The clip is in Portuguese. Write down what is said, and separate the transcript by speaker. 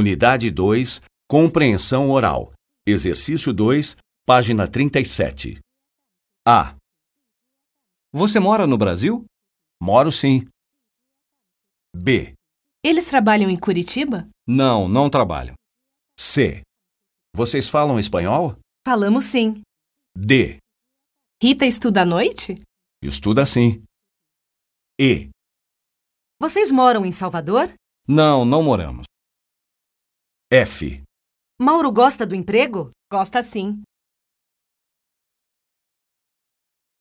Speaker 1: Unidade 2 Compreensão Oral. Exercício 2, página 37. A.
Speaker 2: Você mora no Brasil?
Speaker 1: Moro sim. B.
Speaker 3: Eles trabalham em Curitiba?
Speaker 2: Não, não trabalho.
Speaker 1: C. Vocês falam espanhol?
Speaker 3: Falamos sim.
Speaker 1: D.
Speaker 3: Rita estuda à noite?
Speaker 1: Estuda sim. E.
Speaker 3: Vocês moram em Salvador?
Speaker 2: Não, não moramos.
Speaker 1: F.
Speaker 3: Mauro gosta do emprego? Gosta sim.